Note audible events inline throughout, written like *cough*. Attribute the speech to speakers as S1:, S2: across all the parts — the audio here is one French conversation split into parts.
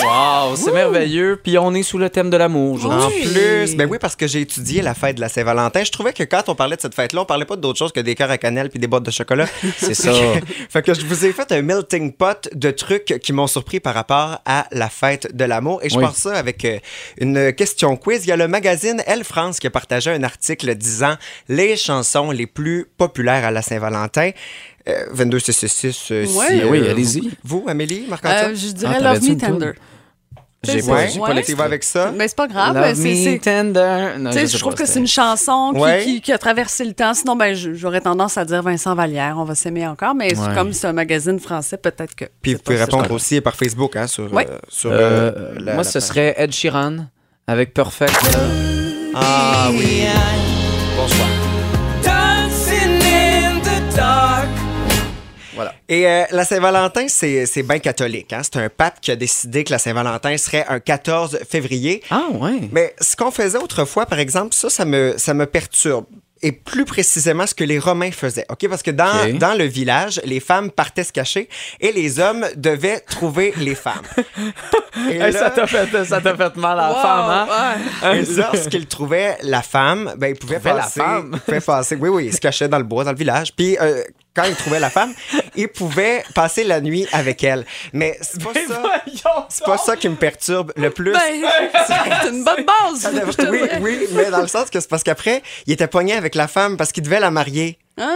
S1: Wow, c'est merveilleux. Puis on est sous le thème de l'amour
S2: En
S1: aujourd'hui.
S2: plus, ben oui, parce que j'ai étudié la fête de la Saint-Valentin. Je trouvais que quand on parlait de cette fête-là, on parlait pas d'autre chose que des cœurs à cannelle puis des boîtes de chocolat.
S1: C'est ça.
S2: *laughs* fait que je vous ai fait un melting pot de trucs qui m'ont surpris par rapport à la fête de l'amour. Et je
S1: Oui.
S2: pars ça avec euh, une question quiz. Il y a le magazine Elle France qui a partagé un article disant les chansons les plus populaires à la Saint-Valentin. Euh, 22 666, euh,
S3: Ouais.
S2: si,
S3: Ben
S1: oui, allez-y.
S2: Vous, Amélie, Marc-Antoine?
S3: Euh, je
S1: Ah,
S3: dirais
S1: t'avais
S3: Love
S1: dit
S3: Me
S1: une toune?
S3: Tender.
S1: J'ai
S3: C'est
S1: pas,
S3: ça,
S1: j'ai
S3: ouais.
S1: pas
S2: tu y vas avec ça?
S3: Mais c'est pas grave.
S1: Love
S3: c'est-
S1: me
S3: c'est-
S1: tender. Non,
S3: tu sais,
S1: Ah, sais
S3: je trouve
S1: pas,
S3: que c'est une chanson qui,
S2: Ouais.
S3: qui- qui a traversé le temps. Sinon, ben, je- j'aurais tendance à dire Vincent Vallière. On va s'aimer encore. Mais
S1: Ouais.
S3: c'est comme c'est un magazine français, peut-être que.
S2: Puis
S3: c'est
S2: vous pouvez
S3: pas ça.
S2: répondre aussi par Facebook hein, sur,
S3: Ouais.
S2: euh, sur
S1: Euh,
S2: euh, la-
S1: moi,
S2: la
S1: ce
S2: page.
S1: serait Ed Sheeran avec Perfect.
S2: Ah oui. Bonsoir.
S1: Voilà.
S2: Et euh, la Saint-Valentin, c'est, c'est bien catholique. hein. C'est un pape qui a décidé que la Saint-Valentin serait un 14 février.
S1: Ah, ouais.
S2: Mais ce qu'on faisait autrefois, par exemple, ça, ça me, ça me perturbe. Et plus précisément, ce que les Romains faisaient. OK? Parce que dans,
S1: OK.
S2: dans le village, les femmes partaient se cacher et les hommes devaient trouver
S1: *laughs*
S2: les femmes. Et
S1: Hey,
S2: là-
S1: Eh, ça t'a fait, ça t'a fait mal à la
S3: Wow,
S1: femme, hein?
S3: ouais.
S1: *laughs*
S2: Et lorsqu'il trouvait la femme, ben, il pouvait
S1: Trouvait la
S2: passer.
S1: femme.
S2: il pouvait passer. Oui, oui, il se cachait dans le bois, dans le village. Puis euh, quand il trouvait la femme, il pouvait passer la nuit avec elle. Mais c'est
S1: Ben,
S2: pas ça. C'est pas ça qui me perturbe le plus.
S3: Ben, c'est une bonne base. je te
S2: oui,
S3: dirais.
S2: oui, mais dans le sens que c'est parce qu'après, il était pogné avec la femme parce qu'il devait la marier.
S1: Ouais,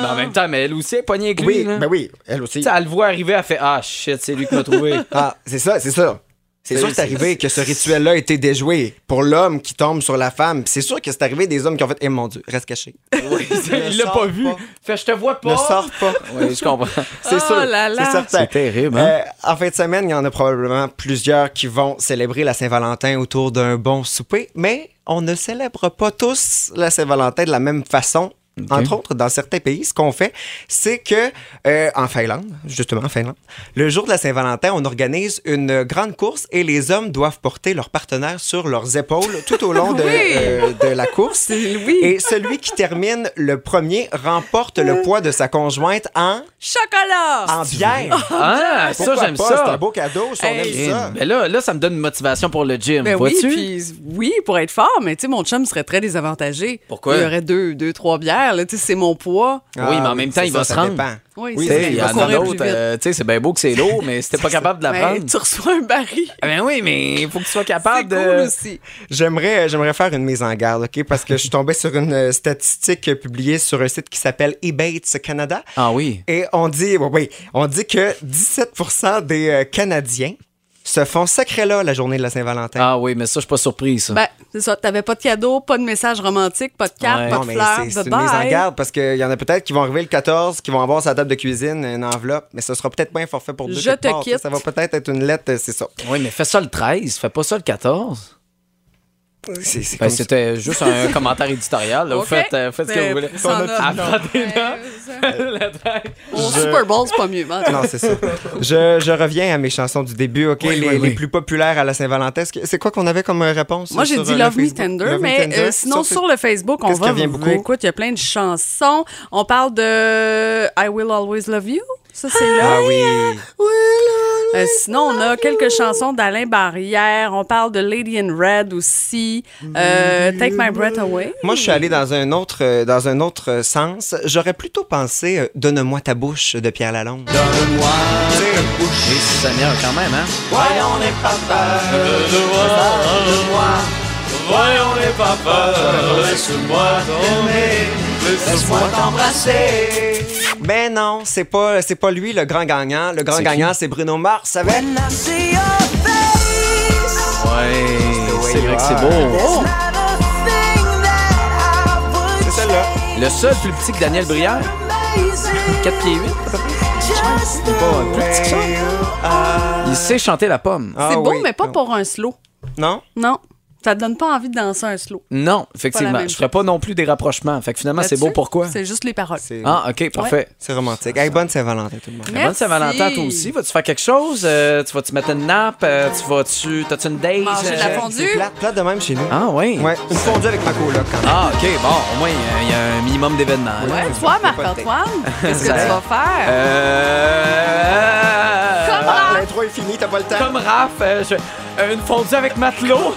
S1: mais en même temps, mais elle aussi, elle est pognée avec lui.
S2: Oui,
S1: là.
S2: ben oui, elle aussi.
S1: Tu sais, elle le voit arriver, elle fait Ah shit, c'est lui qui m'a *laughs* trouvé.
S2: Ah, c'est ça, c'est ça. C'est
S1: Ben C'est-
S2: sûr que c'est arrivé que ce rituel-là a été déjoué pour l'homme qui tombe sur la femme. C'est sûr que c'est arrivé des hommes qui ont fait Eh mon Dieu, reste caché. Ne
S1: il l'a
S2: sors
S1: pas vu.
S2: pas.
S1: Fait, je te vois pas.
S2: Ne sors pas.
S1: Oui, je comprends.
S2: C'est
S3: Oh
S2: sûr.
S3: là là.
S2: C'est certain.
S1: C'est
S3: Eh ben.
S1: terrible, hein?
S2: Euh, en fin de semaine, il y en a probablement plusieurs qui vont célébrer la Saint-Valentin autour d'un bon souper, mais on ne célèbre pas tous la Saint-Valentin de la même façon. Entre autres, dans certains pays, ce qu'on fait, c'est que euh, en Finlande, justement en Finlande, le jour de la Saint-Valentin, on organise une grande course et les hommes doivent porter leur partenaire sur leurs épaules tout au
S3: *laughs*
S2: long de,
S3: Oui.
S2: euh, de la course.
S3: *laughs* Oui.
S2: Et celui qui termine le premier remporte
S3: Euh.
S2: le poids de sa conjointe en
S3: Chocolat.
S2: en bière.
S1: Ah, ça,
S2: Pourquoi
S1: j'aime
S2: pas? C'est un
S1: ça.
S2: beau cadeau, si on
S3: Hey.
S2: aime ça.
S1: Mais Ben là, là, ça me donne une motivation pour le gym.
S3: Ben oui,
S1: Vois-tu?
S3: puis oui, pour être fort, mais tu sais, mon chum serait très désavantagé.
S1: Pourquoi?
S3: Il y aurait deux, deux trois bières, là, tu sais, c'est mon poids.
S1: Ah, oui, mais en même temps,
S2: c'est
S1: il
S2: ça,
S1: va
S2: ça
S1: se rendre.
S2: dépend.
S3: Oui,
S1: Tu
S3: c'est
S1: sais,
S3: vrai,
S1: il y
S3: va
S1: en a
S3: courir plus
S1: d'autres,
S3: vite.
S1: euh, tu sais, c'est bien beau que c'est lourd, mais si
S3: *laughs*
S1: t'es pas capable de la
S3: Ben,
S1: prendre.
S3: tu reçois un baril.
S1: Ah, Ben oui, mais il faut que tu sois
S3: C'est
S1: capable
S3: cool
S1: de.
S3: aussi.
S2: J'aimerais, j'aimerais faire une mise en garde, OK? Parce que je suis tombé sur une euh, statistique publiée sur un site qui s'appelle Ebates Canada.
S1: Ah oui.
S2: Et on dit, oui, oui, on dit que 17 des euh, Canadiens se font sacré là la journée de la Saint-Valentin.
S1: Ah oui, mais ça, je suis pas surpris, ça.
S3: Ben, c'est ça, t'avais pas de cadeau, pas de message romantique, pas de carte,
S1: Ouais.
S3: pas
S2: Non,
S3: de
S2: mais
S3: fleurs,
S2: c'est, c'est
S3: de
S2: une mise en
S3: bail.
S2: garde parce qu'il y en a peut-être qui vont arriver le 14, qui vont avoir sa table de cuisine, une enveloppe, mais ce sera peut-être pas un forfait pour deux.
S3: Je
S2: quelque
S3: te
S2: part, tu sais,
S3: quitte.
S2: Ça va peut-être être une lettre, euh, c'est ça.
S1: Oui, mais fais ça le 13, fais pas ça le 14.
S2: C'est, c'est
S1: Ben,
S2: comme ça.
S1: c'était juste un *laughs* commentaire éditorial. là. Vous
S3: Ok.
S1: faites, euh, faites ce que
S3: Ben,
S1: vous voulez.
S3: ça en a-
S1: Apprendez là.
S3: Au Super Bowl, c'est pas mieux. mais en tout cas.
S2: Non, c'est ça. Je, je reviens à mes chansons du début, OK?
S1: Oui,
S2: les,
S1: oui, oui.
S2: les plus populaires à la Saint-Valentin. Est-ce que- C'est quoi qu'on avait comme réponse?
S3: Moi, j'ai
S2: sur,
S3: dit
S2: euh,
S3: Love
S2: le
S3: Me
S2: Facebook?
S3: Tender,
S2: Love Me
S3: mais
S2: Tender.
S3: euh, sinon,
S2: Ça,
S3: sur le Facebook, on
S2: Qu'est-ce
S3: va.
S2: qui revient beaucoup?
S3: Écoute, il y a plein de chansons. On parle de I Will Always Love You. Ça, c'est là.
S2: Ah oui.
S3: Euh, sinon, on a quelques chansons d'Alain Barrière. On parle de Lady in Red aussi. Euh, Take My Breath Away.
S2: Moi, je suis allé dans un autre, euh, dans un autre euh, sens. J'aurais plutôt pensé euh, Donne-moi ta bouche de Pierre Lalonde.
S1: Oui, Seigneur, quand même, hein?
S2: Mais Ben non, c'est pas, c'est pas lui le grand gagnant. Le grand
S1: C'est
S2: gagnant, c'est Bruno Mars avec.
S1: Ouais, c'est
S2: way
S1: vrai
S2: you
S1: que c'est
S2: are.
S1: beau.
S2: C'est celle-là.
S1: Le seul plus petit que Daniel Brière, 4 pieds 8.
S2: Pas un petit Ah.
S1: Il sait chanter la pomme.
S3: C'est beau, mais pas pour un slow.
S2: Non?
S3: Non. Ça te donne pas envie de danser un slow.
S1: Non, effectivement.
S3: même
S1: Je ferais pas non plus des rapprochements. Fait que
S2: Ah,
S1: finalement, c'est
S3: Là-dessus,
S1: beau pourquoi?
S3: C'est juste les paroles.
S2: C'est
S1: Ah, OK, parfait.
S2: c'est romantique. Hey, bonne Saint-Valentin, tout le monde.
S1: Mais Bonne Saint-Valentin, toi aussi. Vas-tu faire quelque chose? Euh, tu vas-tu mettre une nappe? Euh, tu vas-tu. T'as-tu une date?
S3: Manger de la
S1: Euh,
S3: fondue.
S2: C'est plate, plate de même chez nous.
S1: Ah, oui.
S2: Ouais, une fondue avec ma coloc quand même.
S1: Ah, OK, bon, au moins, il y, a un minimum d'événements. là.
S3: Ouais, toi, Marc-Antoine, qu'est-ce que tu vas faire?
S1: Euh.
S3: Comme
S2: Ah,
S3: Raph.
S2: l'intro est finie, t'as pas le temps.
S1: Comme Raph, euh, je- une fondue avec matelot.